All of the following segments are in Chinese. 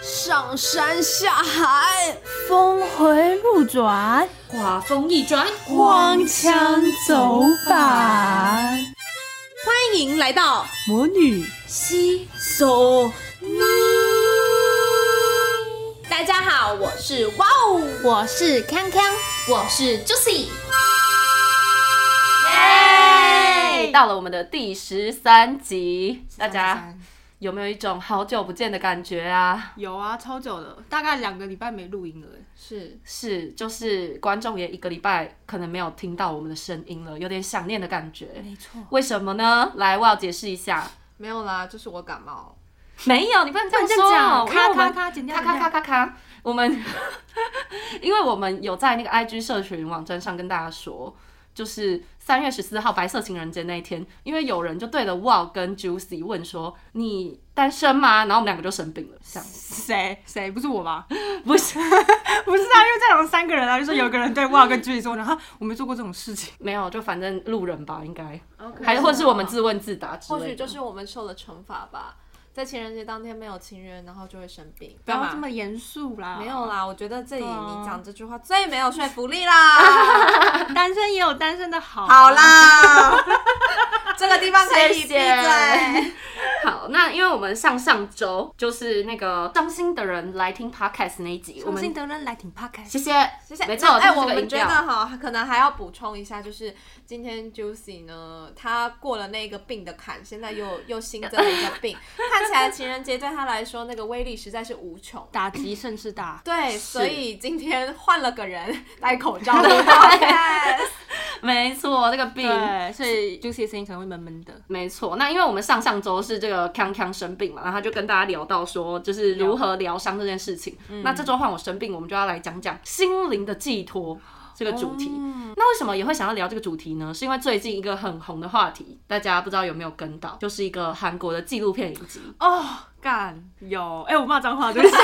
上山下海，峰回路转，画风一转，荒腔走板。欢迎来到魔女西。 So。大家好，我是哇哦，我是康康，我是 Juicy。哎，到了我们的第十三集，大家有没有一种好久不见的感觉啊？有啊，超久了，大概两个礼拜没录音了欸。是是，就是观众也一个礼拜可能没有听到我们的声音了，有点想念的感觉。没错，为什么呢？来，我要解释一下。没有啦，就是我感冒。没有，你不能这样说。因为我讲咔们咔咔剪掉咔剪咔掉咔咔咔，我们 因为我们有在那个 IG 社群网站上跟大家说，就是三月十四号白色情人节那一天，因为有人就对着 Wow 跟 Juicy 问说你单身吗？然后我们两个就生病了，这样子谁谁不是我吧？ 不是不是啊，因为在场三个人啊，就说有个人对哇跟 Judy 说，然后我没做过这种事情。没有，就反正路人吧，应该还或是我们自问自答之或类的，许就是我们受了惩罚吧，在情人节当天没有情人，然后就会生病。不要这么严肃啦，没有啦，我觉得这里对啊你讲这句话最没有说服力啦。单身也有单身的好。啊好，啦，这个地方可以你闭谢谢嘴。好，那因为我们上上周就是那个伤心的人来听 podcast 那一集，我重新们得人来挺 p o d c 谢谢谢谢。没错，哎，就是我这个们音觉调得哈，可能还要补充一下，就是今天 Juicy 呢，他过了那个病的坎，现在又又新增了一个 病，看起来情人节对他来说那个威力实在是无 穷。打击甚是大。对，所以今天换了个人戴口罩 的 podcast 没错，这个病。对，嗯所以 Juicy 的声音可能会闷闷的。没错，那因为我们上上周是这个康康生病嘛，然后他就跟大家聊到说，就是如何疗伤这件事情。嗯那这周换我生病，我们就要来讲讲心灵的寄托这个主题。哦那为什么也会想要聊这个主题呢？是因为最近一个很红的话题，大家不知道有没有跟到，就是一个韩国的纪录片影集，哦，干有哎，我骂脏话，对不起。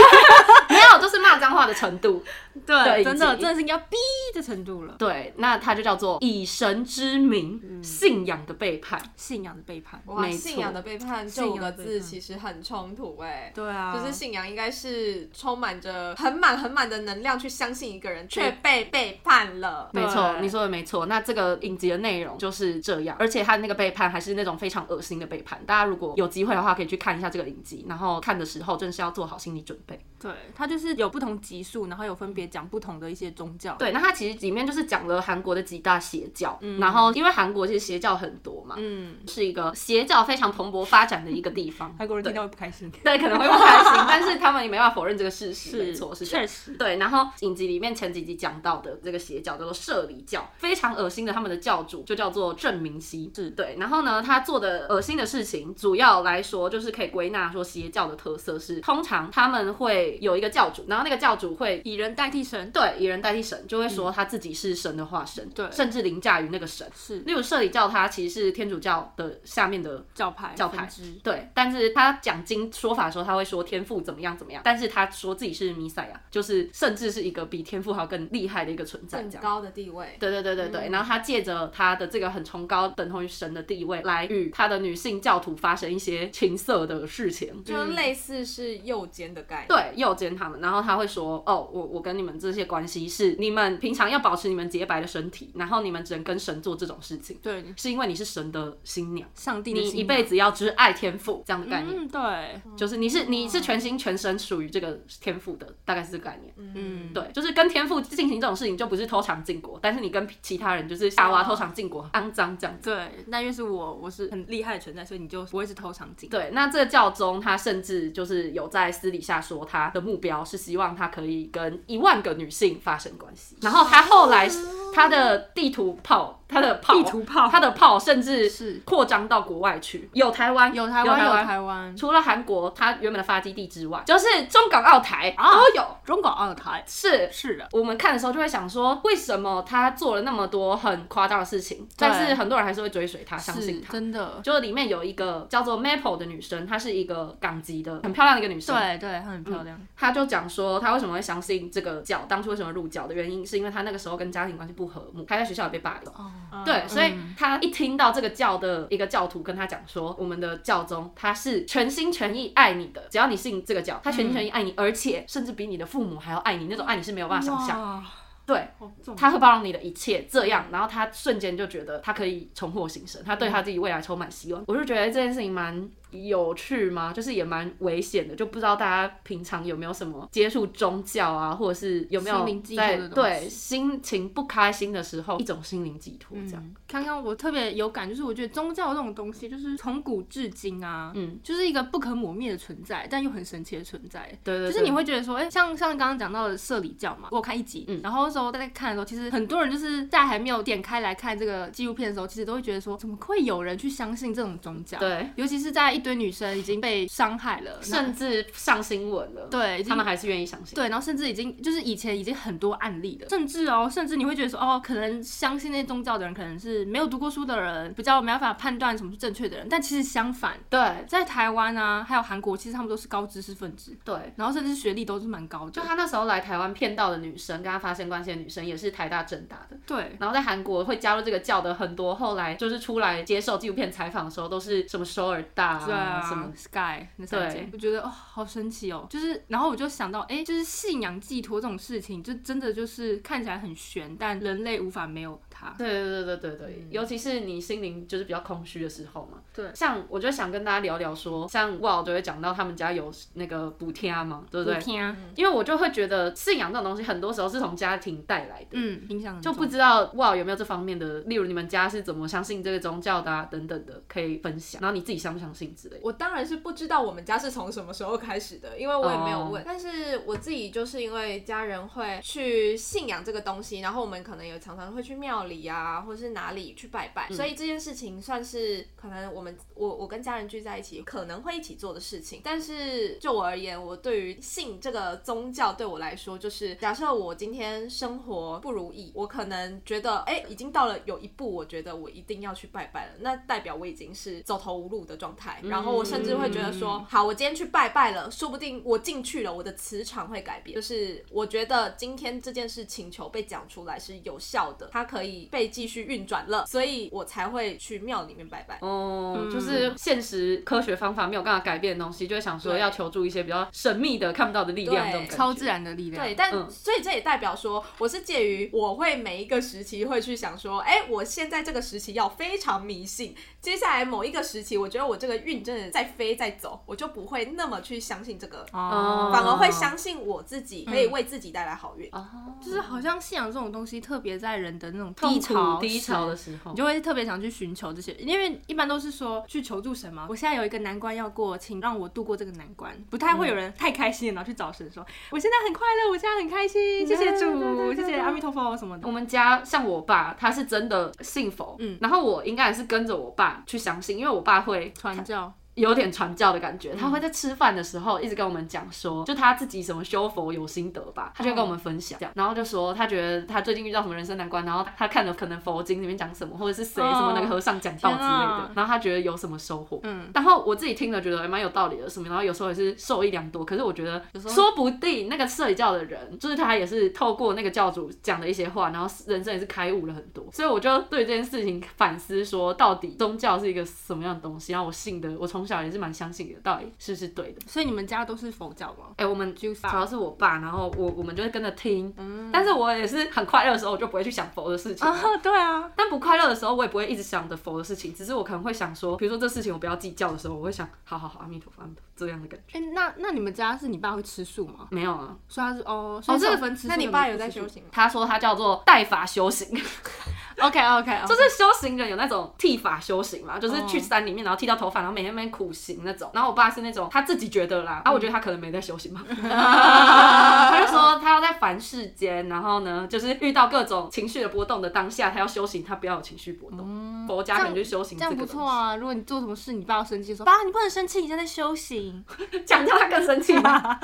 没有，就是骂脏话的程度。对 对，真的已经真的是要逼的程度了，嗯对，那它就叫做以神之名，信仰的背叛。信仰的背叛。哇，没错信仰的背叛这仰五个的背字叛其实很冲突哎、对啊，就是信仰应该是充满着很满很满的能量去相信一个人，却被背叛了。没错，对你说的没错。那这个影集的内容就是这样，而且他那个背叛还是那种非常恶心的背叛。大家如果有机会的话，可以去看一下这个影集，然后看的时候真的是要做好心理准备。对，它就是有不同级数，然后有分别讲不同的一些宗教。对，那它其实里面就是讲了韩国的几大邪教，然后因为韩国其实邪教很多嘛，嗯，是一个邪教非常蓬勃发展的一个地 方。韩国人对听到会不开心。对，可能会不开 心，但是他们也没办法否认这个事实，没错，是这样确实，对，然后影集里面前几集讲到的这个邪教叫做社里教，非常恶心的，他们的教主就叫做郑明熙，是对。然后呢，他做的恶心的事情，主要来说就是可以归纳说邪教的特色是，通常他们会有一个教主，然后那个教主会以以人代替神。对以人代替神，就会说他自己是神的化身，对甚至凌驾于那个神。 是例如社里教，它其实是天主教的下面的教派，教派分支对，但是他讲经说法的时候，他会说天赋怎么样怎么样，但是他说自己是弥赛亚，就是甚至是一个比天赋还要更厉害的一个存在，更这样。高的地位，对对对对对，然后他借着他的这个很崇高、等同于神的地位，来与他的女性教徒发生一些情色的事情。就类似是右肩的概念。对，诱奸他们，然后他会说：“哦，我我跟你们这些关系是你们平常要保持你们洁白的身体，然后你们只能跟神做这种事情，对，是因为你是神的新娘，上帝的你信仰一辈子要只爱天赋这样的概念。嗯，对，就是你哦是你是全心全身属于这个天赋的，大概是这个概念。嗯，对，就是跟天赋进行这种事情，就不是偷尝禁果，但是你跟其他人就是夏哦娃偷尝禁果，肮脏这样子。对。那因为是我，我是很厉害的存在，所以你就不会是偷场景。对，那这个教宗他甚至就是有在私底下说，他的目标是希望他可以跟一万个女性发生关系。然后他后来他的地图炮，他的炮，哦地图炮他的炮甚至是扩张到国外去，有台湾，有台湾，有台湾，除了韩国，它原本的发基地之外，就是中港澳台哦都有。中港澳台是是的，我们看的时候就会想说，为什么他做了那么多很夸张的事情，但是很多人还是会追随他，相是信他。真的。就里面有一个叫做 Maple 的女生，她是一个港籍的，很漂亮的一个女生。对对，她很漂亮。她就讲说，她为什么哦嗯会相信这个教，当初为什么入教的原因，是因为她那个时候跟家庭关系不和睦，她在学校也被霸凌。嗯对，所以他一听到这个教的一个教徒跟他讲说，我们的教宗他是全心全意爱你的，只要你信这个教，他全心全意爱你，而且甚至比你的父母还要爱你，那种爱你是没有办法想象。哇，对，好重他会包容你的一切，这样，然后他瞬间就觉得他可以重获新生，他嗯对他自己未来充满希望。我就觉得这件事情蛮有趣嘛，就是也蛮危险的，就不知道大家平常有没有什么接触宗教啊，或者是有没有心灵寄托在的东西对心情不开心的时候一种心灵寄托这样。刚刚我特别有感，就是我觉得宗教这种东西，就是从古至今啊，嗯，就是一个不可磨灭的存在，但又很神奇的存在。对对对，就是你会觉得说，哎、像像刚刚讲到的社里教嘛，我有看一集，嗯然后那时候在看的时候，其实很多人就是在还没有点开来看这个纪录片的时候，其实都会觉得说，怎么会有人去相信这种宗教？，对，尤其是在一堆女生已经被伤害了，甚至上新闻了，，对，已他经们还是愿意相信。对，然后甚至已经就是以前已经很多案例了，甚至哦，甚至你会觉得说，哦，可能相信那些宗教的人，可能是没有读过书的人，比较没办法判断什么是正确的人，但其实相反，对在台湾啊，还有韩国，其实他们都是高知识分子，对，然后甚至学历都是蛮高就的。他那时候来台湾骗到的女生，跟他发生关系的女生，也是台大政大的。对，然后在韩国会加入这个教的很多，后来就是出来接受纪录片采访的时候，都是什么首尔大对啊，什啊么，Sky 那三对间，我觉得哦，好神奇哦！就是，然后我就想到，哎，就是信仰寄托这种事情，就真的就是看起来很玄，但人类无法没有它。对对对对对对，尤其是你心灵就是比较空虚的时候嘛。对像我就想跟大家聊聊说，像哇，就会讲到他们家有那个补贴嘛，对不对？听啊，因为我就会觉得信仰这种东西，很多时候是从家庭带来的。嗯，影响很就重不知道哇有没有这方面的，例如你们家是怎么相信这个宗教的啊等等的，可以分享。然后你自己相不相信之类的。我当然是不知道我们家是从什么时候开始的，因为我也没有问。但是我自己就是因为家人会去信仰这个东西，然后我们可能也常常会去庙里啊，或是哪里去拜拜，所以这件事情算是可能我们我我跟家人聚在一起可能会一起做的事情。但是就我而言，我对于信这个宗教对我来说，就是假设我今天生活不如意，我可能觉得哎、已经到了有一步，我觉得我一定要去拜拜了，那代表我已经是走投无路的状态。然后我甚至会觉得嗯说，好，我今天去拜拜了，说不定我进去了，我的磁场会改变。就是我觉得今天这件事请求被讲出来是有效的，它可以被继续运转了，所以我才会去庙里面拜拜。哦，嗯就是现实科学方法没有办法改变的东西，就会想说对要求助一些比较神秘的、看不到的力量，对这种感觉超自。然的力量。对，但、嗯所以这也代表说，我是介于我会每一个时期会去想说，哎、我现在这个时期要非常迷信，接下来某一个时期，我觉得我这个运真的在飞在走，我就不会那么去相信这个，哦嗯反而会相信我自己可以为自己带来好运。哦，就是好像信仰这种东西，特别在人的那种痛低苦潮时低潮的时候你，就会特别想去寻求这些，因为一般都是说去求助神嘛。我现在有一个难关要过，请让我度过这个难关。不太会有人太开心，然后去找神说：“我现在很快乐，我现在很开心，谢谢主，谢谢阿弥陀佛什么的我。们家像我爸，他是真的信佛，嗯，然后我应该也是跟着我爸去相信，因为我爸会”传教，有点传教的感觉，他会在吃饭的时候一直跟我们讲嗯说，就他自己什么修佛有心得吧，哦他就跟我们分享，这样然后就说他觉得他最近遇到什么人生难关，然后他看了可能佛经里面讲什么，或者是谁哦什么那个和尚讲道之类天啊的，然后他觉得有什么收获，嗯然后我自己听了觉得哎蛮有道理的什么，然后有时候也是受益良多，可是我觉得说不定那个社里教的人，就是他也是透过那个教主讲的一些话，然后人生也是开悟了很多，所以我就对这件事情反思说，到底宗教是一个什么样的东西？然后我信的，我从小也是蛮相信的，到底是不是对的？所以你们家都是佛教吗？哎、我们就嗯主要是我爸，然后我我们就会跟着听，但是我也是很快乐的时候，我就不会去想佛的事情。啊，对啊，但不快乐的时候，我也不会一直想着佛的事情，只是我可能会想说，比如说这事情我不要计较的时候，我会想，好好好，阿弥陀佛，阿弥陀佛，这样的感觉。 哎，那那你们家是你爸会吃素吗？没有啊，所以他是哦，所以这是个有分吃素那跟你不爸有吃在素修行吗？他说他叫做带法修行， 就 ？OK OK，就是修行人有那种剃发修行嘛，就是去山里面然后剃掉头发，然后每天在那边苦行那种。然后我爸是那种他自己觉得啦，啊，我觉得他可能没在修 行嘛，他就说他要在凡世间，然后呢，就是遇到各种情绪的波动的当下，他要修行，他不要有情绪波动。佛家可能就修行这样个不东错西，啊！如果你做什么事，你爸要生气，说爸，你不能生气，你现在在修行。讲到他更生气吧。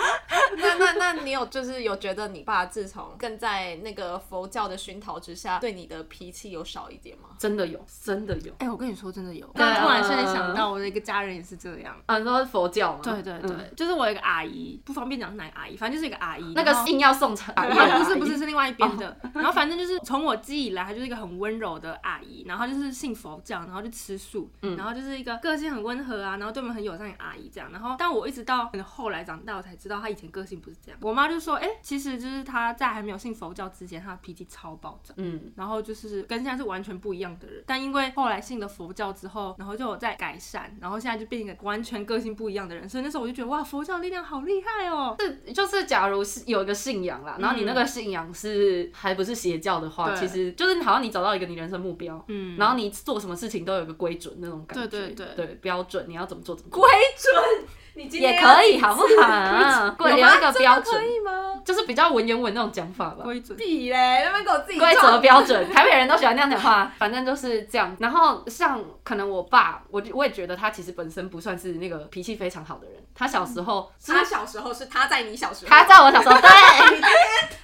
那那那你有就是有觉得你爸自从更在那个佛教的熏陶之下，对你的脾气有少一点 吗？ 真的有，真的有。哎、我跟你说，真的有。对啊刚刚突然瞬间想到，我的一个家人也是这样。啊，你说佛教吗？嗯对对对，嗯就是我有一个阿姨，不方便讲是哪个阿姨，反正就是一个阿姨。啊那然个后硬要送茶，啊不是不是是另外一边的，然然后反正就是从我记忆以来，她就是一个很温柔的阿姨，然后就是信佛教，然后就吃素，然后就是一个个性很温和啊，然后对我们很友善的阿姨这样。然后但我一直到可能后来长大，我才知道她以前个性不是这样。我妈就说，哎、其实就是她在还没有信佛教之前，她的脾气超暴躁。嗯，然后就是跟现在是完全不一样的人。但因为后来信了佛教之后，然后就有在改善，然后现在就变一个完全个性不一样的人。所以那时候我就觉得哇，佛教力量好厉害哦。是就是，假如是有一个信仰啦，然后你那个信仰是还不是邪教的话，对其实就是好像你找到一个你人生目标，嗯然后你做什么事情都有一个规准那种感觉，对对对，标准你要怎么做怎么做规准，你今天也要可以，好 不好啊？规有一个标准，可以吗？就是比较文言文那种讲法吧。规准屁嘞，那边给我 自己规撞则标准，台北人都喜欢那样讲话，反正就是这样。然后像可能我爸，我就我也觉得他其实本身不算是那个脾气非常好的人。他小时候，是嗯他小时候是他在你小时候，他在我小时 候， 对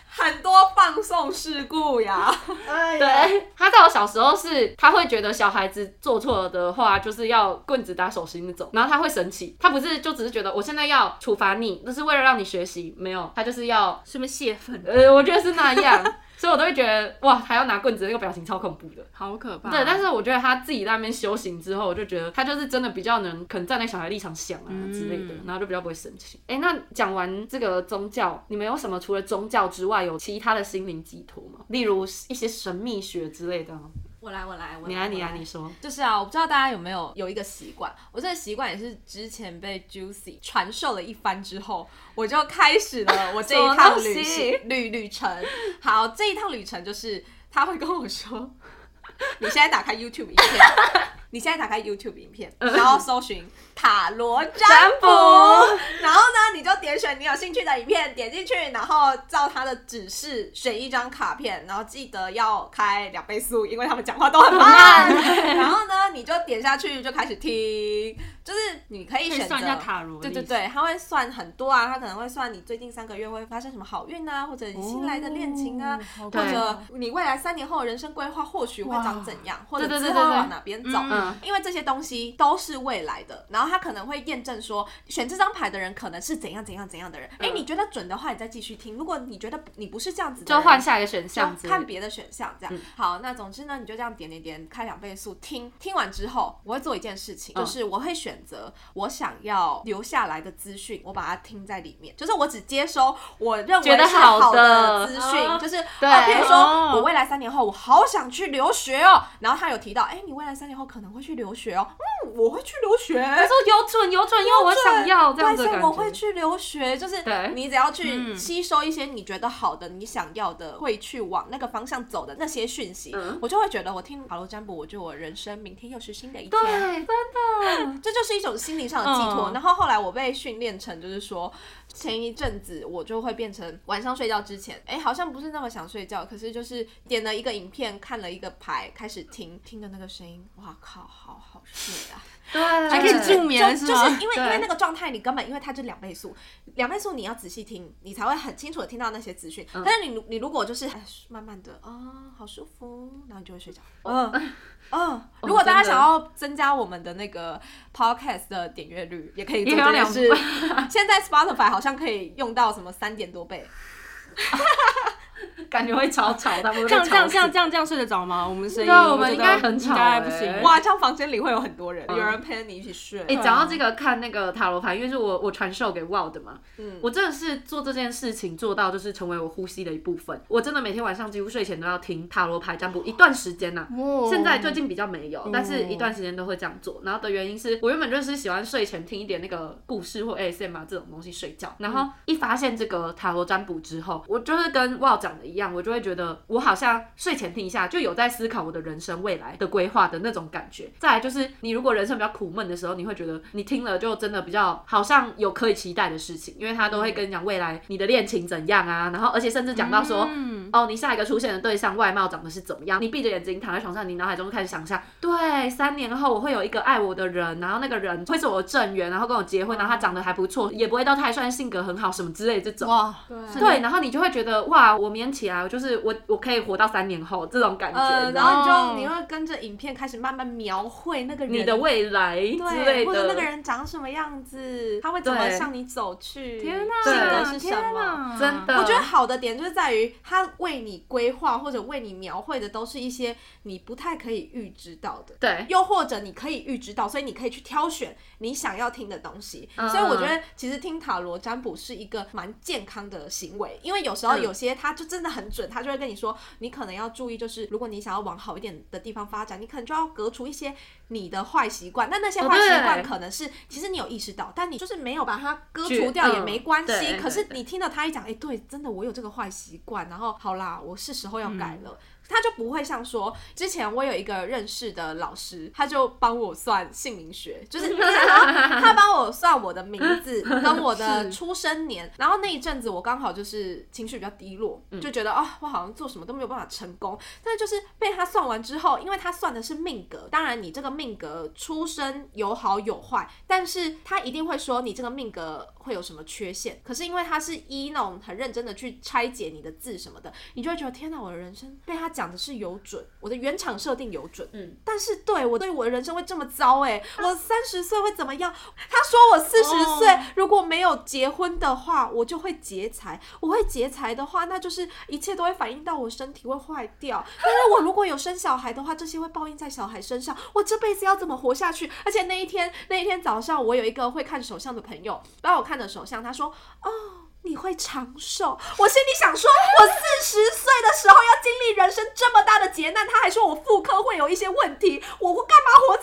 很多放送事故呀。哎对，他在我小时候是，他会觉得小孩子做错了的话，就是要棍子打手心那种，然后他会生气，他不是就只是觉得我现在要处罚你，那是为了让你学习，没有，他就是要，什么泄愤，呃，我觉得是那样，所以我都会觉得哇，还要拿棍子，那个表情超恐怖的。好可怕。哦对，但是是我觉得他自己在那边修行之后，我就觉得他就是真的比较能，可能站在小孩立场想啊之类的，然后就比较不会生气。哎、那讲完这个宗教，你们有什么除了宗教之外，有其他的心灵寄托吗？例如一些神秘学之类的吗？我来，我来，我你来，你来，你说。就是啊，我不知道大家有没有有一个习惯，我这个习惯也是之前被 Juicy 传授了一番之后，我就开始 了我这一什么趟东西旅行旅旅程。好，这一趟旅程就是他会跟我说，你现在打开 YouTube 影片，你现在打开 YouTube 影片，然后搜寻塔罗占卜，然后呢，你就点选你有兴趣的影片，点进去，然后照他的指示选一张卡片，然后记得要开两倍速，因为他们讲话都很慢。 然后呢，你就点下去就开始听，就是你可以可以选择算一下塔罗的对意思对对，他会算很多啊，他可能会算你最近三个月会发生什么好运啊，或者你新来的恋情啊，哦或对者你未来三年后的人生规划或许会长怎样，或者对对之对后要对对往哪边走，嗯因为这些东西都是未来的，然后他可能会验证说选这张牌的人可能是怎样怎样怎样的人。哎、你觉得准的话，你再继续听；如果你觉得你不是这样子的就人，换下一个选项之就类看的，嗯别的选项这样。好，那总之呢，你就这样点点点，开两倍速听，听完之后，我会做一件事情，嗯就是我会选择我想要留下来的资讯，我把它听在里面，就是我只接收我认为觉得是好好的资讯，就是对啊，譬如哦说我未来三年后我好想去留学哦，然后他有提到，哎，你未来三年后可能会去留学哦，嗯，我会去留学，他说有准有准，因为我想要这样子对，所的感以我会觉。去留学，就是对嗯你只要去吸收一些你觉得好的、你想要的，会去往那个方向走的那些讯息，嗯我就会觉得我听塔罗占卜，我觉得我人生明天又是新的一对，天，真的，这就是一种心理上的寄托。嗯然后后来我被训练成，就是说前一阵子我就会变成晚上睡觉之前，哎，好像不是那么想睡觉，可是就是点了一个影片，看了一个牌，开始听听的那个声音，哇靠，好好睡啊！对，还可以助眠就是就吗？是因为因为那个状态，你根本因为它就两倍速，两倍速你要仔细听，你才会很清楚的听到那些资讯。但是你如你如果就是哎慢慢的啊、好舒服，然后你就会睡着。嗯、嗯，如果大家真的想要增加我们的那个 podcast 的点阅率，也可以做也这有件两事。 现在 Spotify 好像可以用到什么三点多倍，感觉会吵吵，他们会被这样这样吵这样死这样这样睡得着吗？我们声音，对我们觉得应该很吵应该欸不行。哇，这样房间里会有很多人，嗯有人陪你一起睡。哎、讲到这个看那个塔罗牌，因为是我我传授给 Wow 的嘛，嗯我真的是做这件事情做到就是成为我呼吸的一部分。我真的每天晚上几乎睡前都要听塔罗牌占卜一段时间呐、哇现在最近比较没有，但是一段时间都会这样做。然后的原因是我原本就是喜欢睡前听一点那个故事或 ASM 啊这种东西睡觉，然后一发现这个塔罗占卜之后，我就是跟 Wow 讲的一样，我就会觉得我好像睡前听一下就有在思考我的人生未来的规划的那种感觉。再来就是你如果人生比较苦闷的时候，你会觉得你听了就真的比较好像有可以期待的事情，因为他都会跟你讲未来你的恋情怎样啊，然后而且甚至讲到说。哦，你下一个出现的对象外貌长得是怎么样？你闭着眼睛躺在床上，你脑海中就开始想象，对，三年后我会有一个爱我的人，然后那个人会是我的正缘，然后跟我结婚，然后他长得还不错，也不会到太帅，性格很好什么之类的这种。哇，对，然后你就会觉得哇，我明天起来，我就是我，我可以活到三年后这种感觉，呃，然然后后你就你会跟着影片开始慢慢描绘那个人你的未来之类对，或者的。那个人长什么样子，他会怎么对向你走去？天性哪哪，格是什天么？哪，真的，我觉得好的点就是在于他为你规划或者为你描绘的都是一些你不太可以预知到的。对，又或者你可以预知到，所以你可以去挑选你想要听的东西。嗯所以我觉得，其实听塔罗占卜是一个蛮健康的行为，因为有时候嗯有些他就真的很准，他就会跟你说，你可能要注意，就是如果你想要往好一点的地方发展，你可能就要革除一些你的坏习惯。那那些哦坏习对惯可能是其实你有意识到，但你就是没有把它割去除掉也嗯没关对系。对可是对你听到他一讲，哎，对，真的我有这个坏习惯，然后好啦，我是时候要改嗯了。他就不会像说，之前我有一个认识的老师，他就帮我算姓名学， 就是然后他帮我算我的名字跟我 的出生年。然后那一阵子我刚好就是情绪比较低落，嗯就觉得哦，我好像做什么都没有办法成功。但就是被他算完之后，因为他算的是命格，当然你这个命格出生有好有坏，但是他一定会说你这个命格会有什么缺陷。可是因为他是一那种很认真的去拆解你的字什么的，你就会觉得天哪，我的人生被他讲的是有准，我的原厂设定有准，嗯嗯，但是对我对我的人生会这么糟哎、我三十岁会怎么样？他说我四十岁如果没有结婚的话，我就会劫财，我会劫财的话，那就是一切都会反映到我身体会坏掉，但是我如果有生小孩的话，这些会报应在小孩身上，我这辈子要怎么活下去？而且那一天那一天早上，我有一个会看手相的朋友帮我看的手相，他说哦。你会长寿，我心里想说，我四十岁的时候要经历人生这么大的劫难，他还说我妇科会有一些问题，我干嘛活这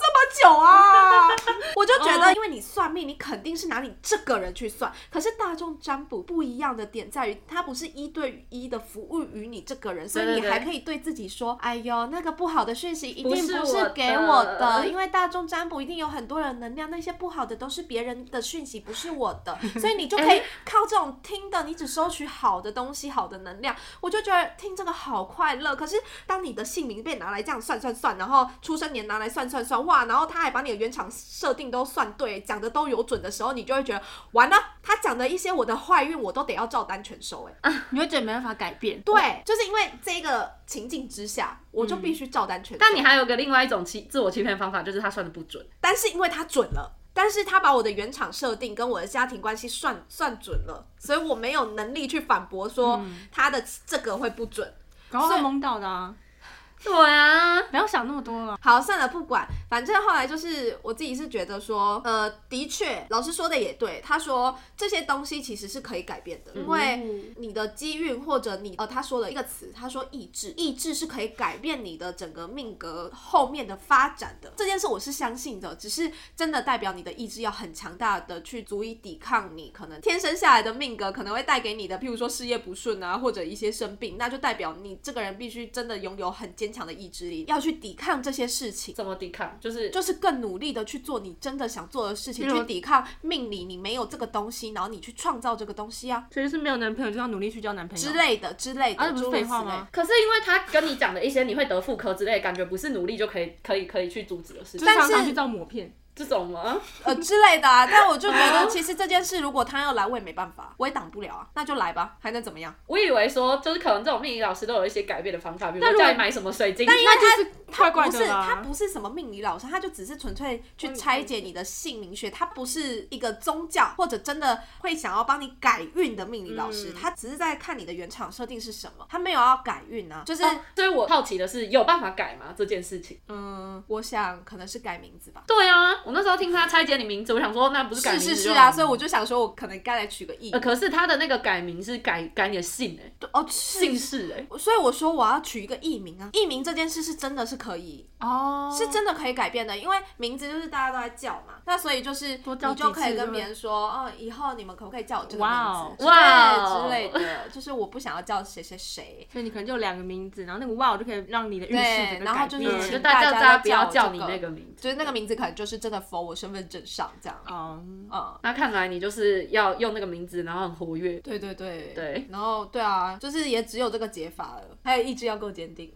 么久啊？ 我就觉得，因为你算命，你肯定是拿你这个人去算。可是大众占卜不一样的点在于，它不是一对一的服务于你这个人，所以对对你对还可以对自己说：“哎呦，那个不好的讯息一定不是不我是给的我的，因为大众占卜一定有很多人能量，那些不好的都是别人的讯息，不是我的。”所以你就可哎以靠这种听的，你只收取好的东西、好的能量。我就觉得听这个好快乐。可是当你的姓名被拿来这样算算算，然后出生年拿来算算算，哇，然后他还把你的原厂设定都算对，讲的都有准的时候，你就会觉得完了，他讲的一些我的坏运，我都得要照单全收、欸。啊哎、你会觉得没办法改变。对，就是因为这个情境之下，我就必须照单全收。嗯但你还有个另外一种欺自我欺骗的方法，就是他算的不准。但是因为他准了，但是他把我的原厂设定跟我的家庭关系算算准了，所以我没有能力去反驳说他的这个会不准。然后蒙到的啊，对啊，不要想那么多了。好，算了，不管，反正后来就是我自己是觉得说，呃，的确，老师说的也对，他说这些东西其实是可以改变的，因为你的机运或者你呃，他说了一个词，他说意志，意志是可以改变你的整个命格后面的发展的，这件事我是相信的，只是真的代表你的意志要很强大的去足以抵抗你可能天生下来的命格可能会带给你的，譬如说事业不顺啊，或者一些生病，那就代表你这个人必须真的拥有很坚强的意志力，要去抵抗这些事情。怎么抵抗？就是就是更努力的去做你真的想做的事情，如去抵抗命里你没有这个东西，然后你去创造这个东西啊所以就是没有男朋友就要努力去交男朋友之类的之类的，啊这不是诸如此废话类吗？可是因为他跟你讲的一些你会得妇科之类的感觉，不是努力就可以可以可以去阻止的事情，但但是是常常去照抹片，这种吗？呃之类的啊。但我就觉 得，其实这件事如果他要来，我也没办法，我也挡不了啊，那就来吧，还能怎么样？我以为说就是可能这种命理老师都有一些改变的方法，比如那说如果叫你买什么水晶，但因为那就是怪他怪不的是啦他不是什么命理老师，他就只是纯粹去拆解你的姓名学，他不是一个宗教或者真的会想要帮你改运的命理老师，他只是在看你的原厂设定是什么，他没有要改运啊，就是哦所以我好奇的是有办法改吗这件事情？嗯，我想可能是改名字吧。对啊，我那时候听他拆解你名字，我想说那不是是改名字是是就啊，好所以我就想说，我可能该来取个艺、呃，可是他的那个改名是改改你的姓哎、哦，姓是，氏哎、欸，所以我说我要取一个艺名啊，艺名这件事是真的是可以，哦，是真的可以改变的，因为名字就是大家都在叫嘛，那所以就是多叫你就几次可以就跟会别人说，哦，以后你们可不可以叫我这个哇哦名字哇哦之类之类的，就是我不想要叫谁谁谁，所以你可能就有两个名字，然后那个哇，我就可以让你的运势对整个然后改就是变嗯，请就大家家大都家不要叫叫我你这个那个名字。就是那个名字可能就是真的否我身份证上这样，哦，嗯。那看来你就是要用那个名字，然后很活跃。对对对对然后对啊，就是也只有这个解法了，还有意志要够坚定。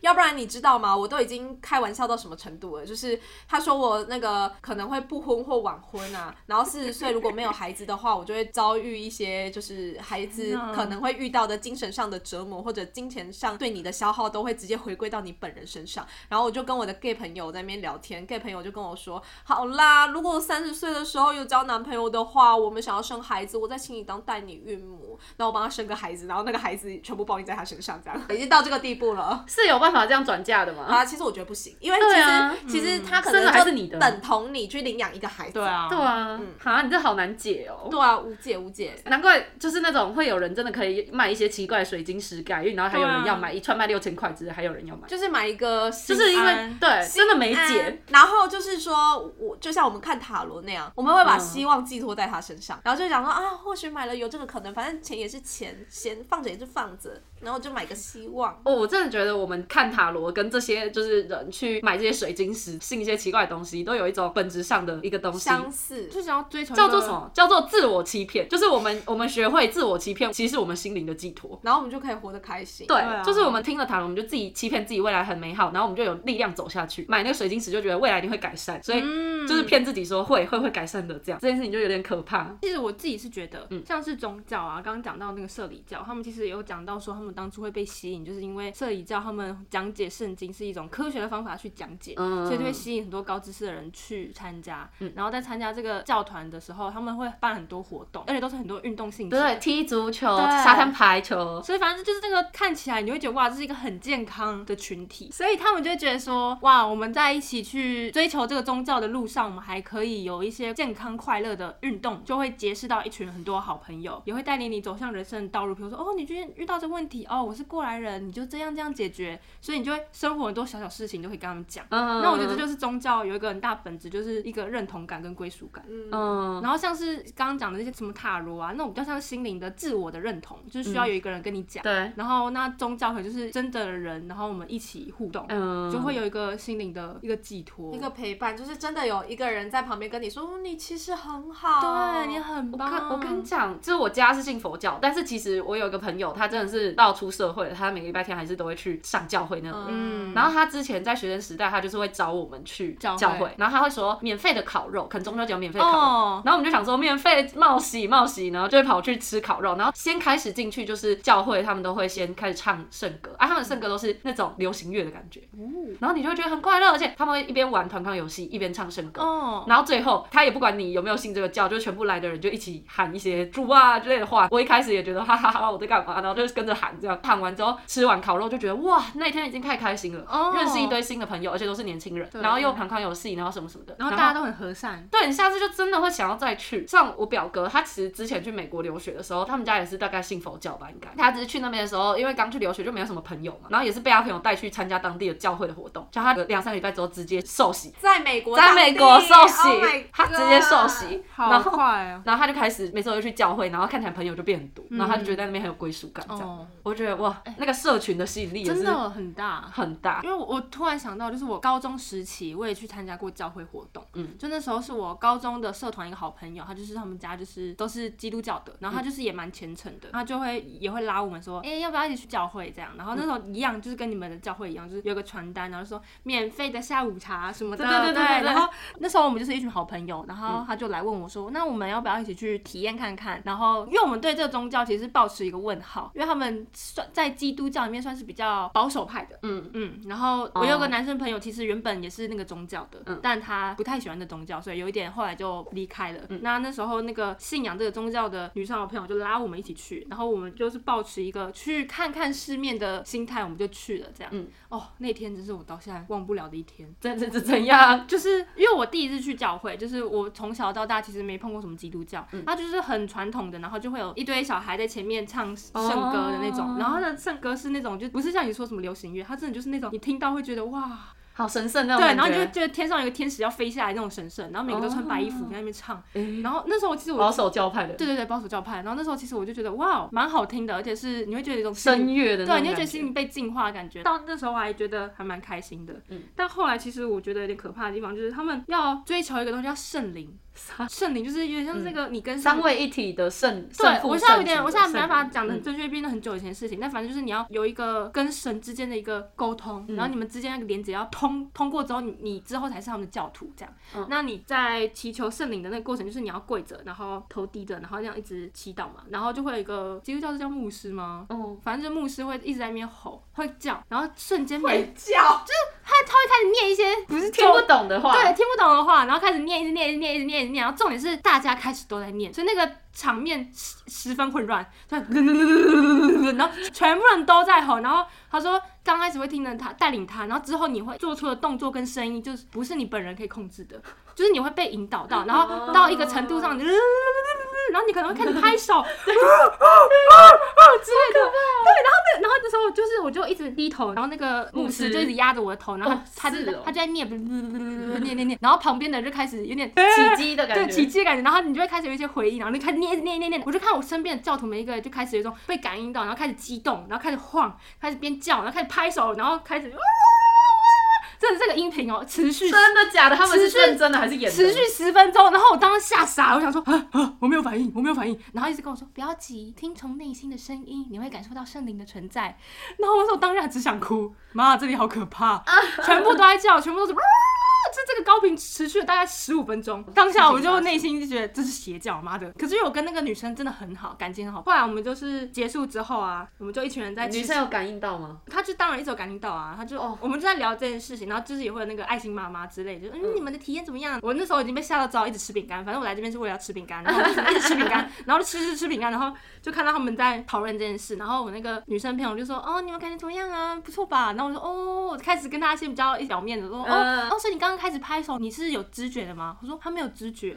要不然你知道吗？我都已经开玩笑到什么程度了？就是他说我那个可能会不婚或晚婚啊，然后四十岁如果没有孩子的话，我就会遭遇一些就是孩子可能会遇到的精神上的折磨或者金钱上对你的消耗，都会直接回归到你本人身上。然后我就跟我的 gay 朋友在那边聊天，gay 朋友就跟我说，好啦，如果三十岁的时候有交男朋友的话，我们想要生孩子，我再请你当代理孕母，然后我帮他生个孩子，然后那个孩子全部报应在他身上，这样已经到这个地步了。是有办法这样转嫁的吗？啊，其实我觉得不行，因为其对实、啊其实他可生了能还就是你的等同你去领养一个孩子。对，啊，对哦啊，嗯哈，你这好难解哦。对啊，无解无解。难怪就是那种会有人真的可以卖一些奇怪的水晶石盖，因为然后还有人要买、一串卖六千块，之类，还有人要买，就是买一个，就就是因为安对真的没解，然后就是说，我就像我们看塔罗那样，我们会嗯把希望寄托在他身上，然后就想说啊，或许买了有这个可能，反正钱也是钱，钱放着也是放着，然后就买个希望。哦，我真的觉得我们看塔罗跟这些就是人去买这些水晶石、信一些奇怪的东西，都有一种本质上的一个东西。相似，就想要追求一个叫做什？么？叫做自我欺骗，就是我们我们学会自我欺骗，其实是我们心灵的寄托。然后我们就可以活得开心。对，对啊就是我们听了塔罗，我们就自己欺骗自己未来很美好，然后我们就有力量走下去。买那个水晶石就觉得未来你会改善，所以就是骗自己说会会会改善的，这样这件事情就有点可怕。其实我自己是觉得，像是宗教啊，刚刚讲到那个社里教，他们其实有讲到说，他们当初会被吸引，就是因为社里教他们讲解圣经是一种科学的方法去讲解，嗯所以就会吸引很多高知识的人去参加。然后在参加这个教团的时候，他们会办很多活动，而且都是很多运动性质的。对，踢足球、对沙滩排球，所以反正就是这个看起来你会觉得哇，这是一个很健康的群体，所以他们就会觉得说哇，我们在一起去追求这个宗教的路上，我们还可以有一些健康快乐的运动，就会结识到一群很多好朋友，也会带领你走向人生的道路。比如说哦，你今天遇到这个问题哦，我是过来人，你就这样这样解决，所以你就会生活很多小小事情都可以跟他们讲。嗯，那我觉得这就是宗教有一个很大本质，就是一个认同感跟归属感。嗯，然后像是刚刚讲的那些什么塔罗啊，那种比较像心灵的自我的认同，就是需要有一个人跟你讲。对，然后那宗教可能就是真的人，然后我们一起互动，嗯，就会有一个心灵的一个寄托，一个陪伴，就是真的有一个人在旁边跟你说，哦你其实很好，对你很我棒。跟我跟你讲，就是我家是信佛教，但是其实我有一个朋友，他真的是到出社会了，他每个礼拜天还是都会去上教会那种人。嗯，然后他之前在学生时代，他就是会找我们去教会然后他会说免费的烤肉，可能中秋节有免费烤肉。哦，然后我们就想说免费冒喜冒喜，然后就会跑去吃烤肉。然后先开始进去就是教会，他们都会先开始唱圣歌啊，他们的圣歌都是那种流行乐的感觉，嗯然后你就会觉得很快乐，而且他们会一边玩团康游戏一边唱圣歌。哦，然后最后，他也不管你有没有信这个教，就全部来的人就一起喊一些“主啊”之类的话。我一开始也觉得哈哈哈，我在干嘛？然后就跟着喊，这样喊完之后，吃完烤肉就觉得哇，那一天已经太开心了，哦认识一堆新的朋友，而且都是年轻人，然后又团康游戏，然后什么什么的，然后大家都很和善，对你下次就真的会想要再去。像我表哥，他其实之前去美国留学的时候，他们家也是大概信佛教吧，应该。他只是去那边的时候，因为刚去留学就没有什么朋友嘛，然后也是被他朋友带去参加当地的教会的活动，叫他两三个礼拜之后直接受洗，在美国在当地，美国受洗 Oh my 他直接受 God 洗，好然后。快哦。然后他就开始每次都去教会，然后看起来朋友就变很多，然后他就觉得在那边很有归属感，这样。嗯哦我就觉得哇，那个社群的吸引力也真是的哦很大，很大。因为我我突然想到，就是我高中时期，我也去参加过教会活动。嗯嗯，就那时候是我高中的社团一个好朋友，他就是他们家就是都是基督教的，嗯然后他就是也蛮虔诚的，他就会也会拉我们说，哎、要不要一起去教会这样？然后嗯那时候一样，就是跟你们的教会一样，就是有个传单，然后就说免费的下午茶什么的。对对对对对对嗯然后那时候我们就是一群好朋友，然后他就来问我说，那我们要不要一起去体验看看？然后因为我们对这个宗教其实是抱持一个问号，因为他们算在基督教里面算是比较保守派的。嗯，然后我有个男生朋友，其实原本也是那个宗教的，但他不太喜欢那宗教，所以有一点后来就离开了。那那时候那个信仰这个宗教的女生好朋友就拉我们一起去，然后我们就是抱持一个去看看世面的心态，我们就去了。这样，嗯哦，那天真是我到现在忘不了的一天。怎 怎怎怎样？就是因为我第一次去教会，就是我从小到大其实没碰过什么基督教，嗯它就是很传统的，然后就会有一堆小孩在前面唱圣歌的那种，哦然后它的圣歌是那种就不是像你说什么流行乐，它真的就是哦那种你听到会觉得哇，好神圣那种对，感觉。然后你就会觉得天上有个天使要飞下来那种神圣，然后每个都穿白衣服在那边唱，然后那时候其实哎保我。守教派的对对对，保守教派。然后那时候其实我就觉得哇，蛮好听的，而且是你会觉得有一种心声乐的那对，啊种你会觉感得心灵被净化的感觉。到那时候我还觉得还蛮嗯开心的，但后来其实我觉得有点可怕的地方就是他们要追求一个东西叫圣灵，圣灵就是有点像这个你跟嗯三上位一体的圣对圣，父我现在有圣点，子我现在圣没办法灵讲嗯的很正确，毕竟那很久以前的事情。但反正就是你要有一个跟神之间的一个沟通，然嗯后你们之间那个连接要通通过之后，你你之后才是他们的教徒这样。嗯那你在祈求圣灵的那个过程，就是你要跪着，然后头低着，然后这样一直祈祷嘛，然后就会有一个基督教是叫牧师吗？嗯，反正就牧师会一直在那边吼，会叫，然后瞬间每会叫，他他会开始念一些不是哎听不懂的话，对，听不懂的话，然后开始念，一直念，一直念，一直念，一直念。然后重点是大家开始都在念，所以那个场面十十分混乱，就然后全部人都在吼。然后他说，刚开始会听着他带领他，然后之后你会做出的动作跟声音，就是不是你本人可以控制的，就是你会被引导到，然后到一个程度上，你然后你可能会开始拍手，之类的。对，然后那然后那时候就是我就一直低头，然后那个牧师就一直压着我的头，然后哦他就是哦他就在念念念念，然后旁边的人就开始有点奇迹的感对觉，奇迹的感觉，然后你就会开始有一些回忆，然后你开始念念念念，我就看我身边的教徒每一个就开始有一种被感应到，然后开始激动，然后开始晃，开始边叫，然后开始拍手，然后开始。这这个音频哦，持续真的假的？他们是持续认真的还是演的？持续十分钟，然后我当时吓傻了，我想说啊啊，我没有反应，我没有反应，然后一直跟我说不要急，听从内心的声音，你会感受到圣灵的存在。然后我说当然只想哭，妈，这里好 可怕，全部都在叫，全部都是。啊这这个高频持续了大概十五分钟，当下我就内心就觉得这是邪教，妈的！可是因为我跟那个女生真的很好，感情很好。后来我们就是结束之后啊，我们就一群人在女吃生有感应到吗？他就当然一直有感应到啊，他就、哦我们就在聊这件事情，然后就是也会有那个爱心妈妈之类，就嗯你们的体验怎么样？我那时候已经被吓到，只好一直吃饼干，反正我来这边是为了要吃饼干，然后我就一直吃饼干，然后就吃吃吃饼干，然后就看到他们在讨论这件事，然后我那个女生朋友就说哦你们感觉怎么样啊？不错吧？然后我说哦，我开始跟大家先比较表面的说哦、嗯哦，所以你刚刚开始拍手，你是有知觉的吗？我说他没有知觉。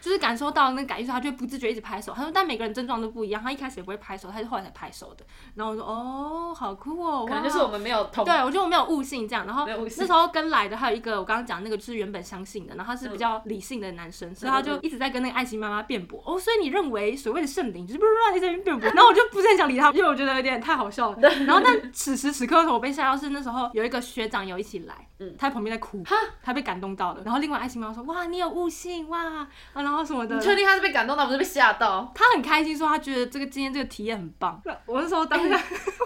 就是感受到那个感觉，他就会不自觉一直拍手。他说，但每个人症状都不一样，他一开始也不会拍手，他是后来才拍手的。然后我说，哦，好酷哦，可能哇就是我们没有同对，我啊觉得我没有悟性这样。然后没有悟性那时候跟来的还有一个，我刚刚讲那个就是原本相信的，然后他是比较理性的男生，所以他就一直在跟那个爱情妈妈辩驳。哦，所以你认为所谓的圣灵就是不是乱在这边辩驳？然后我就不是很想理他，因为我觉得有点太好笑了。然后但此时此刻我被吓到是那时候有一个学长有一起来，嗯他在旁边在哭，他被感动到了。然后另外爱情妈妈说：“哇，你有悟性哇、啊，然后什么的你。”确定他是被感动到，不是被吓 到？他很开心，说他觉得这个今天这个体验很棒。我那时候当时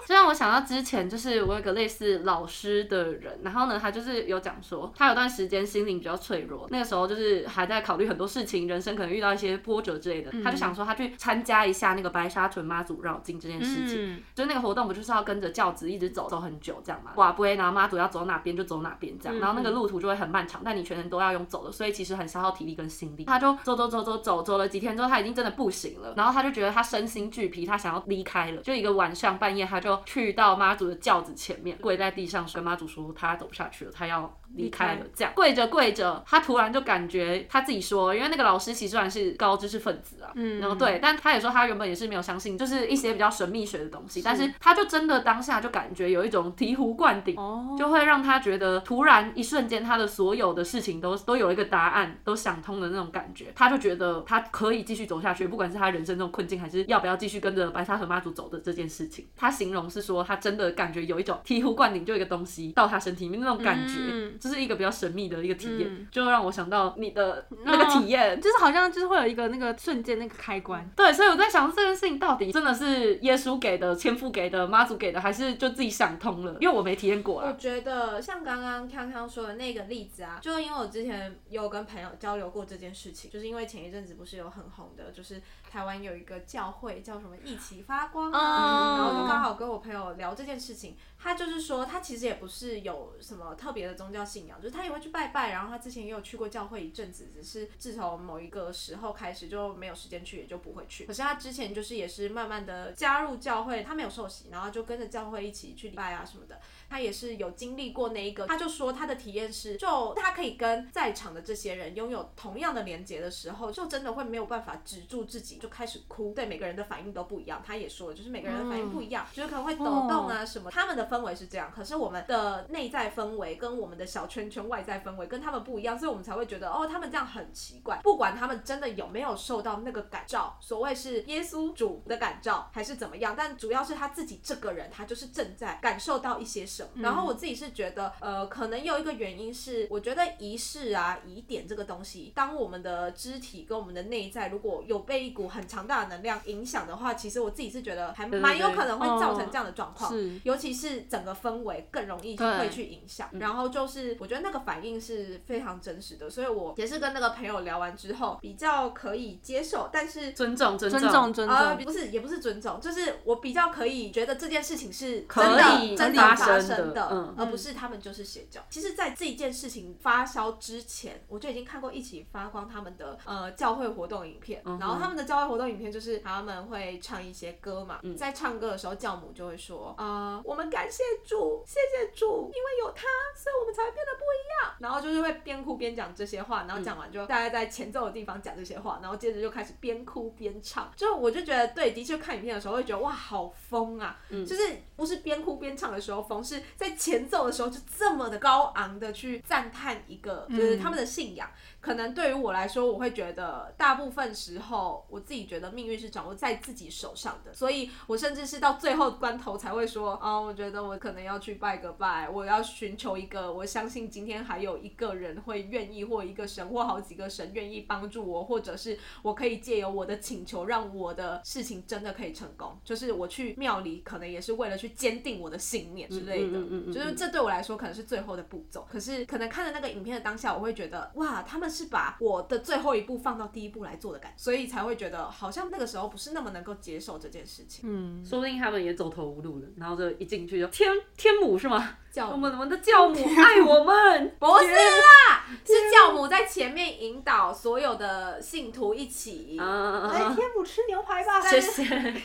就让我想到之前，就是我有个类似老师的人，然后呢，他就是有讲说，他有段时间心灵比较脆弱，那个时候就是还在考虑很多事情，人生可能遇到一些波折之类的，他就想说他去参加一下那个白沙屯妈祖绕境这件事情，嗯就那个活动不就是要跟着教子一直走走很久这样嘛，哇不会，然后妈祖要走哪边就走哪边这样，然后那个路途就会很漫长，但你全程都要用走的，所以其实很消耗体力跟心力。他就走走走走走走了几天之后，他已经真的不行了，然后他就觉得他身心俱疲，他想要离开了。就一个晚上半夜，他就去到妈祖的轿子前面，跪在地上跟妈祖说他走不下去了，他要离开了。这样跪着跪着，他突然就感觉他自己说，因为那个老师其实算是高知识分子啊，嗯，然后对，但他也说他原本也是没有相信，就是一些比较神秘学的东西，但是他就真的当下就感觉有一种醍醐灌顶，就会让他觉得突然一瞬间，他的所有的事情都都有一个答案，都想通的那种感觉。他就觉得他可以继续走下去，不管是他人生这种困境，还是要不要继续跟着白沙河妈祖走的这件事情。他形容是说，他真的感觉有一种醍醐灌顶，就有一个东西到他身体里面那种感觉，这是一个比较神秘的一个体验，就让我想到你的那个体验。就是好像就是会有一个那个瞬间那个开关，对，所以我在想这件事情到底真的是耶稣给的、天父给的、妈祖给的，还是就自己想通了？因为我没体验过啊我啦。觉得像刚刚康康说的那个例子啊，就因为我之前有跟朋友交流过这件事情，就是因为前一阵子不是有很红的，就是台湾有一个教会叫什么一起发光啊，然后我就刚好跟我朋友聊这件事情，他就是说他其实也不是有什么特别的宗教信仰，就是他也会去拜拜，然后他之前也有去过教会一阵子，只是自从某一个时候开始就没有时间去，也就不会去。可是他之前就是也是慢慢的加入教会，他没有受洗，然后就跟着教会一起去礼拜啊什么的。他也是有经历过那一个，他就说他的体验是，就他可以跟在场的这些人拥有同样的连接的时候，就真的会没有办法止住自己，就开始哭。对，每个人的反应都不一样，他也说了，就是每个人的反应不一样，就是可能会抖动啊什么。他们的氛围是这样，可是我们的内在氛围跟我们的小。小圈圈外在氛围跟他们不一样，所以我们才会觉得哦，他们这样很奇怪。不管他们真的有没有受到那个感召，所谓是耶稣主的感召还是怎么样，但主要是他自己这个人，他就是正在感受到一些什嗯么。然后我自己是觉得，呃，可能有一个原因是，我觉得仪式啊、疑点这个东西，当我们的肢体跟我们的内在如果有被一股很强大的能量影响的话，其实我自己是觉得还对对哦蛮有对可能会造成嗯这样的状况。是尤其是整个氛围更容易对会去影响。然后就是我觉得那个反应是非常真实的，所以我也是跟那个朋友聊完之后比较可以接受，但是。尊重啊尊尊重尊呃，重，不是，也不是尊重，就是我比较可以觉得这件事情是可真的以真的发发生的生的，嗯而不是他们就是邪教。其实，在这件事情发烧之前，我就已经看过一起发光他们的呃教会活动影片，嗯然后他们的教会活动影片就是他们会唱一些歌嘛，嗯在唱歌的时候，教母就会说，呃，我们感谢主，谢谢主，因为有他，所以我们才会变得不一样。然后就是会边哭边讲这些话，然后讲完就大概在前奏的地方讲这些话，然后接着就开始边哭边唱。就我就觉得，对，的确看影片的时候会觉得哇，好疯啊！就是不是边哭边唱的时候疯，是在前奏的时候就这么的高昂的去赞叹一个，就是他们的信仰。可能对于我来说，我会觉得大部分时候我自己觉得命运是掌握在自己手上的，所以我甚至是到最后关头才会说，哦，我觉得我可能要去拜个拜，我要寻求一个我相信今天还有一个人会愿意，或一个神或好几个神愿意帮助我，或者是我可以借由我的请求让我的事情真的可以成功，就是我去庙里可能也是为了去坚定我的信念之类的，嗯嗯嗯嗯嗯就是这对我来说可能是最后的步骤，可是可能看了那个影片的当下，我会觉得哇，他们是把我的最后一步放到第一步来做的感觉，所以才会觉得好像那个时候不是那么能够接受这件事情。说不定他们也走投无路了，然后就一进去就天天母是吗？教哦我们我们的教母爱我们， 不是啦，是教母在前面引导所有的信徒一起。嗯啊，哎天母吃牛排吧，谢谢。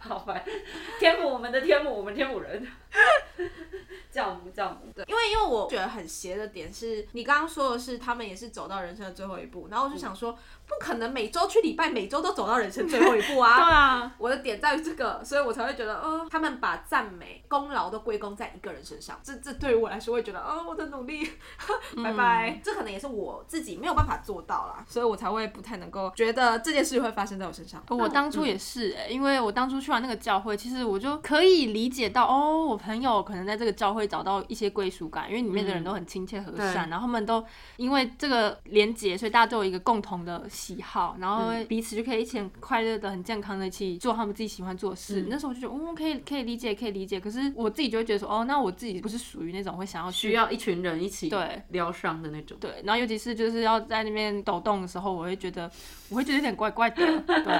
好烦，天母，我们的天母，我们天母人， 教母教母，对，因为因为我觉得很邪的点是，你刚刚说的是他们也是走到人生的最后一步，然后我就想说，不可能每周去礼拜，每周都走到人生最后一步 啊。啊，我的点在于这个，所以我才会觉得，呃，他们把赞美功劳都归功在一个人身上，这这对于我来说会觉得，啊、我的努力， 拜拜、这可能也是我自己没有办法做到啦，所以我才会不太能够觉得这件事会发生在我身上。我当初也是、欸，因为我当初去完那个教会，其实我就可以理解到，哦，我朋友可能在这个教会找到一些归属感，因为里面的人都很亲切和善，然后他们都因为这个连结，所以大家都有一个共同的喜好，然后彼此就可以一起很快乐的、很健康的一起做他们自己喜欢做的事。那时候我就觉得，嗯，可以可以理解，可以理解。可是我自己就会觉得说，哦，那我自己不是属于那种会想要去需要一群人一起对疗伤的那种。对，然后尤其是就是要在那边抖动的时候，我会觉得我会觉得有点怪怪的。对，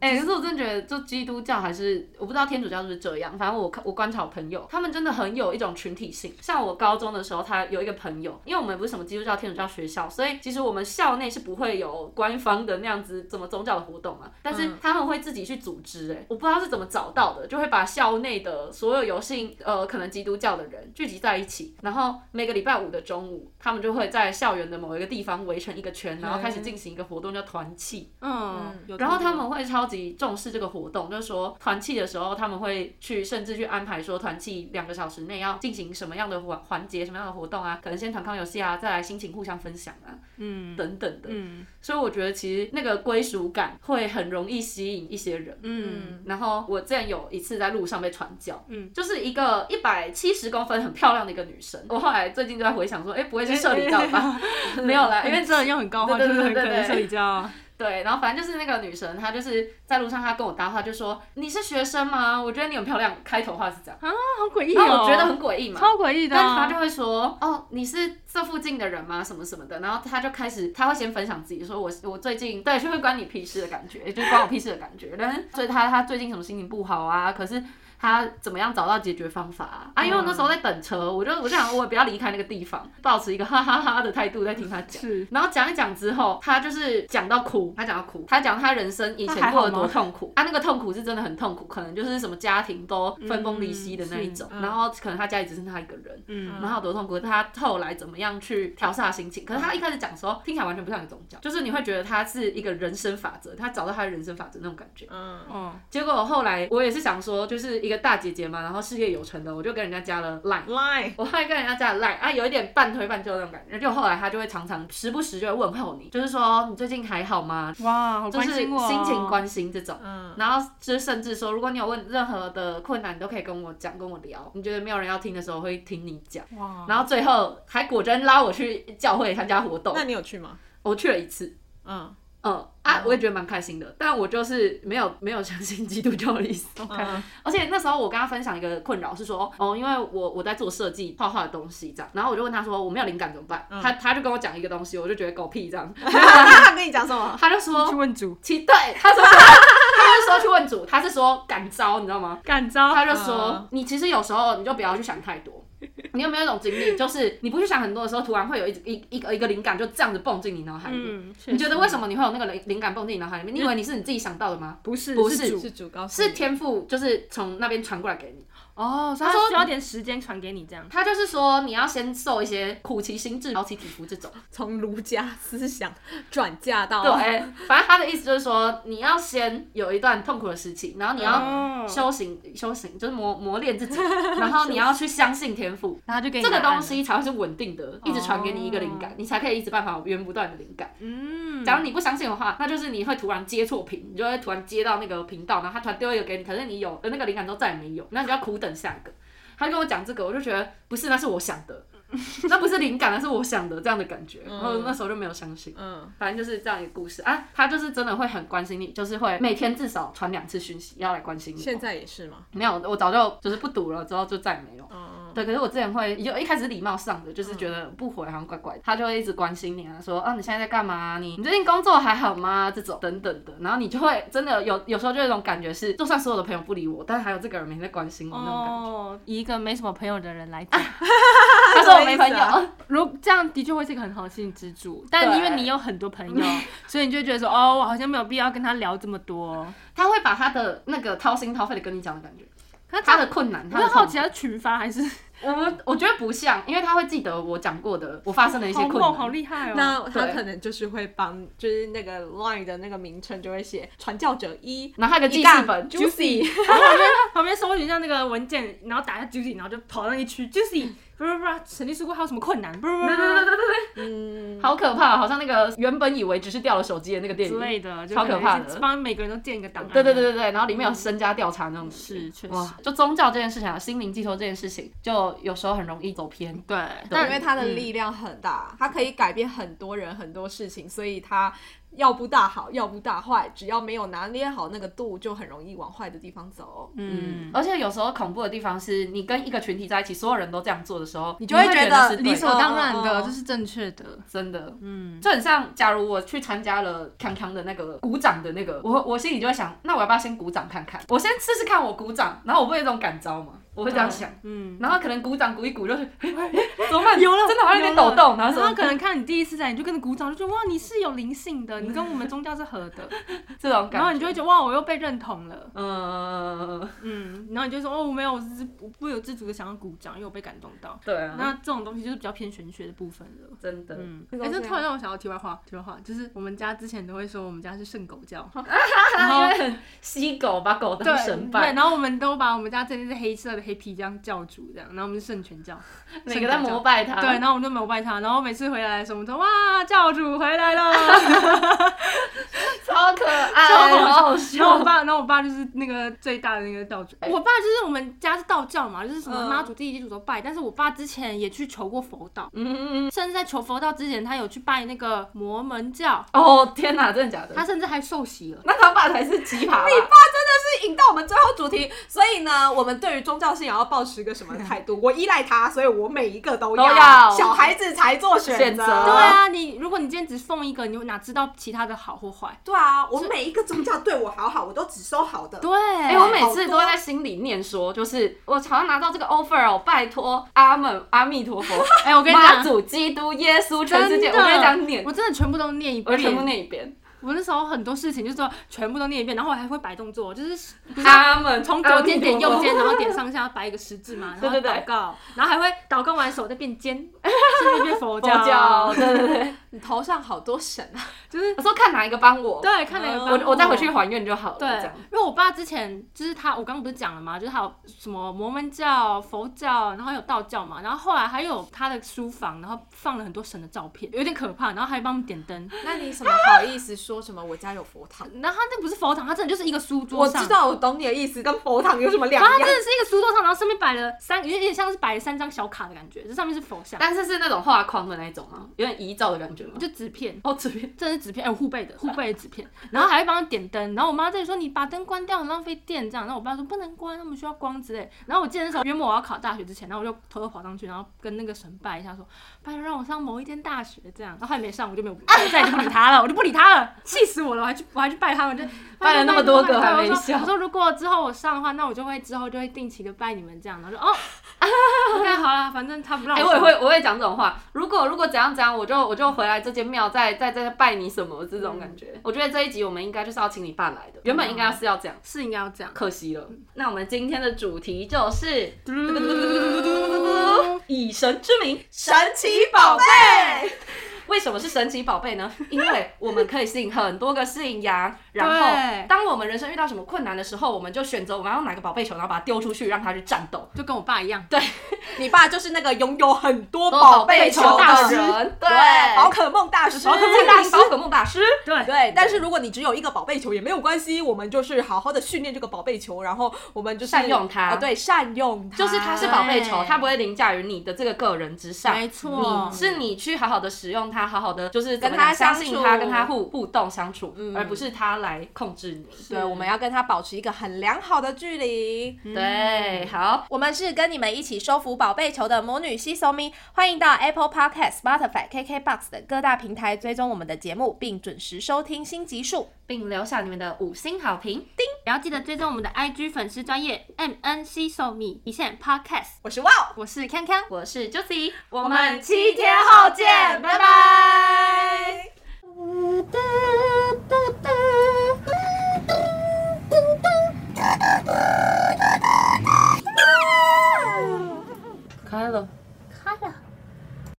哎、可是我真的觉得，就基督教还是我不知道天主教是不是这样，反正我看我观察我朋友，他们真的很有一种群体性。像我高中的时候，他有一个朋友，因为我们不是什么基督教、天主教学校，所以其实我们校内是不会有官方的那样子怎么宗教的活动嘛，但是他们会自己去组织、哎，我不知道是怎么找到的，就会把校内的所有有信呃可能基督教的人聚集在一起，然后每个礼拜五的中午，他们就会在校园的某一个地方围成一个圈，然后开始进行一个活动叫团契。 嗯，有然后听他过们会超级重视这个活动，就是说团契的时候，他们会去甚至去安排说团契两个小时内要进行什么样的环环节、什么样的活动啊，可能先团康游戏啊，再来心情互相分享啊，嗯，等等的。嗯所以我觉得其实那个归属感会很容易吸引一些人。嗯，然后我之前有一次在路上被传教，嗯，就是一个一百七十公分很漂亮的一个女生。我后来最近就在回想说，哎，不会是社里教吧？ 没有啦，因因为为这用很高的话，对就对是对很可对能对是比较对，然后反正就是那个女生，她就是在路上，她跟我搭话就说：“你是学生吗？我觉得你很漂亮。”开头话是这样，好诡异然后哦，我觉得很诡异嘛。超诡异的但啊，她就会说：“哦，你是这附近的人吗？什么什么的。”然后她就开始，她会先分享自己，说我我最近对，就会关你屁事的感觉， 就是关我屁事的感觉。但是所以她她最近什么心情不好啊？可是她怎么样找到解决方法啊？啊因为我那时候在等车，我就我就想我也不要离开那个地方，保持一个哈哈哈的态度在听她讲。是然后讲一讲之后，他就是讲到哭，他讲到哭，他讲他人生以前过得多痛苦，他那个痛苦是真的很痛苦，可能就是什么家庭都分崩离析的那一种，然后可能他家里只剩他一个人，嗯，然后有多痛苦，他后来怎么样去调试他的心情？可是他一开始讲的时候，听起来完全不像一个宗教，就是你会觉得他是一个哦人生法则，他找到他的人生法则那种感觉，嗯结果后来我也是想说，就是一一个大姐姐嘛，然后事业有成的，我就跟人家加了 line。 line 我还跟人家加了 line 啊，有一点半推半就那种感觉。就后来他就会常常时不时就会问候你，就是说你最近还好吗？哇，好就关是心我哦，心情关心这种。嗯，然后就是甚至说，如果你有问任何的困难，你都可以跟我讲，跟我聊。你觉得没有人要听的时候，我会听你讲。哇，然后最后还果真拉我去教会参加活动那，你有去吗？我去了一次。嗯嗯啊，我也觉得蛮开心的，但我就是没有没有相信基督教的意思。嗯 而且那时候我跟他分享一个困扰是说，哦，因为我我在做设计画画的东西这样，然后我就问他说我没有灵感怎么办？嗯他他就跟我讲一个东西，我就觉得狗屁这 样，他跟你讲什么？他就说去问主，其对，他说 他就说去问主，他是说感召，你知道吗？感召，他就说、嗯你其实有时候你就不要去想太多。 你有没有一种经历，就是你不去想很多的时候，突然会有一一一个一个灵感就这样子蹦进你脑海里？嗯，你觉得得为什么你会有那个灵灵感蹦进你脑海里面？你以为你是你自己想到的吗？不是不是是是主告诉是你天赋，就是从那边传过来给你。哦，所以他他说需要点时间传给你这样，他就是说，你要先受一些苦其心志，劳其体肤这 种。从儒家思想转嫁到对，反正他的意思就是说，你要先有一段痛苦的时期，然后你嗯要修行，修行就是磨磨练自己，然后你要去相信天赋，然后就给你这个答案东西才会是稳定哦的，一直传给你一个灵感，你才可以一直办法有源源不断的灵感。嗯，假如你不相信的话，那就是你会突然接错频，你就会突然接到那个频道，然后他突然丢一个给你，可是你有的那个灵感都再也没有，那你就要苦等下一个。他就跟我讲这个，我就觉得不是，那是我想 的，那不是灵感，那是我想的这样的感觉。然后那时候就没有相信。嗯，反正就是这样一个故事啊，他就是真的会很关心你，就是会每天至少传两次讯息要来关心你。现在也是吗？没有，我早就就是不读了，之后就再也没有。嗯，对，可是我之前会就一开始礼貌上的，就是嗯觉得不回好像怪怪的，他就会一直关心你啊，说啊你现在在干嘛啊、你你最近工作还好吗？这种等等的，然后你就会真的有有时候就有一种感觉是，就算所有的朋友不理我，但是还有这个人每天在关心我那种感觉。哦，以一个没什么朋友的人来讲，他说我没朋什友，么意思啊如这样的确会是一个很好的心理支柱，但因为你有很多朋友， 所以你就会觉得说，哦，我好像没有必要跟他聊这么多。他会把他的那个掏心掏肺的跟你讲的感觉，那他的困难，我他很的好痛苦奇他是群发还是我我觉得不像，因为他会记得我讲过的，我发生的一些好困猛，好难。厉害哦！那他对可能就是会帮，就是那个 Line 的那个名称就会写传教者一然后还有个记事本， Juicy， 旁边搜寻一下那个文件，然后打一下 Juicy，然后就跑到一区 Juicy，不是不是，审计师过还有什么困难？不是不对对对是对对对，好可怕，好像那个原本以为只是掉了手机的那个电之影。类的，就超可怕的能一直帮每个人都建一个档案。对对对对对，然后里面有身家调查那种。是确实哇，就宗教这件事情啊，心灵寄托这件事情，就有时候很容易走偏。对，但因为他的力量很大，他可以改变很多人很多事情，所以他要不大好，要不大坏，只要没有拿捏好那个度，就很容易往坏的地方走。嗯，而且有时候恐怖的地方是你跟一个群体在一起，所有人都这样做的时候，你就会觉觉得是对理的所当然的这是正确的。真的，嗯，就很像，假如我去参加了康康的那个鼓掌的那个，我我心里就会想，那我要不要先鼓掌看看？我先试试看我鼓掌，然后我不会有这种感召嘛，我会这样想，嗯，然后可能鼓掌鼓一鼓就是，嘿嘿嘿怎么办？有了，真的好像有点抖动，然后然什后么可能看你第一次在，你就跟着鼓掌，就觉得哇，你是有灵性的，你跟我们宗教是合的，这种然后感你觉，就会觉得哇，我又被认同了，嗯，嗯，然后你就说哦，没有，我只是不不由自主的想要鼓掌，因为我被感动到。对啊，那这种东西就是比较偏玄学的部分了。真的，嗯，这哎、个这 OK 突然让我想到题外话，题外话就是我们家之前都会说我们家是圣狗教，然然后后很吸狗，把狗对当神对，拜，然后我们都把我们家这边是黑色的黑皮这样教主这样，然后我们是圣全教，每个在圣狗教膜拜他，对，然后我们就膜拜他，然后每次回来的时候，我们说哇，教主回来了。超可超爱，好好笑好然后我笑，哎爸，然后我爸就是那个最大的那个教主。我爸就是我们家是道教嘛，就是什嗯么妈祖、地基主都拜。但是我爸之前也去求过佛道，嗯，甚至在求佛道之前，他有去拜那个摩门教，哦天哪，真的假的？他甚至还受洗了。那他爸才是奇葩吧，是引到我们最后主题，所以呢，我们对于宗教信仰要保持一个什么态度？我依赖他，所以我每一个都都要小孩子才做选选择。择对啊，你如果你今天只奉一个，你又哪知道其他的好或坏？对啊，我每一个宗教对我好好，我都只收好的。对，哎、我每次都啊会在心里念说，就是我好像拿到这个 offer 哦，拜托阿门阿弥陀佛， 哎、我跟你妈讲，祖基督耶稣全真世界，的，我跟你讲念，我真的全部都念一我遍，全部念一遍，我那时候很多事情就是说全部都念一遍，然后我还会摆动作，就是啊他们从左肩点右肩，然后点上下摆一个十字 嘛，然后对对对祷告，然后还会祷告完手再变 肩，甚至变佛佛教，对对对，你头上好多神 啊！就是我说看哪一个帮我，对，看哪个哦我我再回去还愿就好了，对这样，因为我爸之前就是他，我刚刚不是讲了嘛，就是他有什么摩门教、佛教，然后有道教嘛，然后后来还有他的书房，然后放了很多神的照片，有点可怕，然后还帮我们点灯。 那你什么好意思说什么我家有佛堂？然后他那不是佛堂，他真的就是一个书桌 我上，知道，我懂你的意思，跟佛堂有什么两然后他样？真的是一个书桌上，然后上面摆了三，有点像是摆了三张小卡的感觉，这上面是佛像，但是是那种画框的那种啊，有点遗照的感觉吗？就纸片。哦，这边 真的是纸片，哎、我护背的护背的纸片，然后还会帮他点灯，然后我妈在说你把灯关掉，很浪费电这样，然后我爸说不能关，他们需要光之类。然后我记得那时候约莫我要考大学之前，然后我就偷偷跑上去，然后跟那个神拜一下说，拜托让我上某一间大学这样，然后还没上，我就没有再也不理他了，我就不理他了，气死我了，我还去我还去拜他，我就 拜了那么多个还没我说上我说如果之后我上的话，那我就会之后就会定期的拜你们这样，然后就哦 ，OK 好了，反正他不 让哎、我我也上。会，我会讲这种话。如果如果怎样怎样，我就我就回来这间庙再再再拜你什么这种感觉。我觉得这一集我们应该就是要请你爸来的，原本应该是要这样，是应该要这样，可惜了。嗯那我们今天的主题就是以神之名，神奇宝贝，为什么是神奇宝贝呢？因为我们可以吸引很多个信仰，然后对当我们人生遇到什么困难的时候，我们就选择我们要哪个宝贝球，然后把它丢出去，让它去战斗。就跟我爸一样。 你爸就是那个拥有很多宝宝贝贝球球大的师人，对宝可梦大师，宝可梦大师，宝可梦大师，对对，但是如果你只有一个宝贝球也没有关系，我们就是好好的训练这个宝贝球，然后我们就是善用它啊对，善用它，就是它是宝贝球，它不会凌驾于你的这个个人之上。没错你是你去好好的使用它，好好的就是跟怎么讲它相相信处它，跟它互互动相处，而不是它来控制你。对，我们要跟它保持一个很良好的距离。对，好，嗯我们是跟你们一起收服宝贝球的魔女西索咪，欢迎到 Apple Podcast、Spotify、KKBox 等各大平台追踪我们的节目，并准时收听新集数。并留下你们的五星好评。也要记得追踪我们的 IG 粉丝专业 MNC 手米一线 Podcast。我是哇、哦。我是康康，我是 Josie，我我们们七七天天后后见见，拜拜拜拜。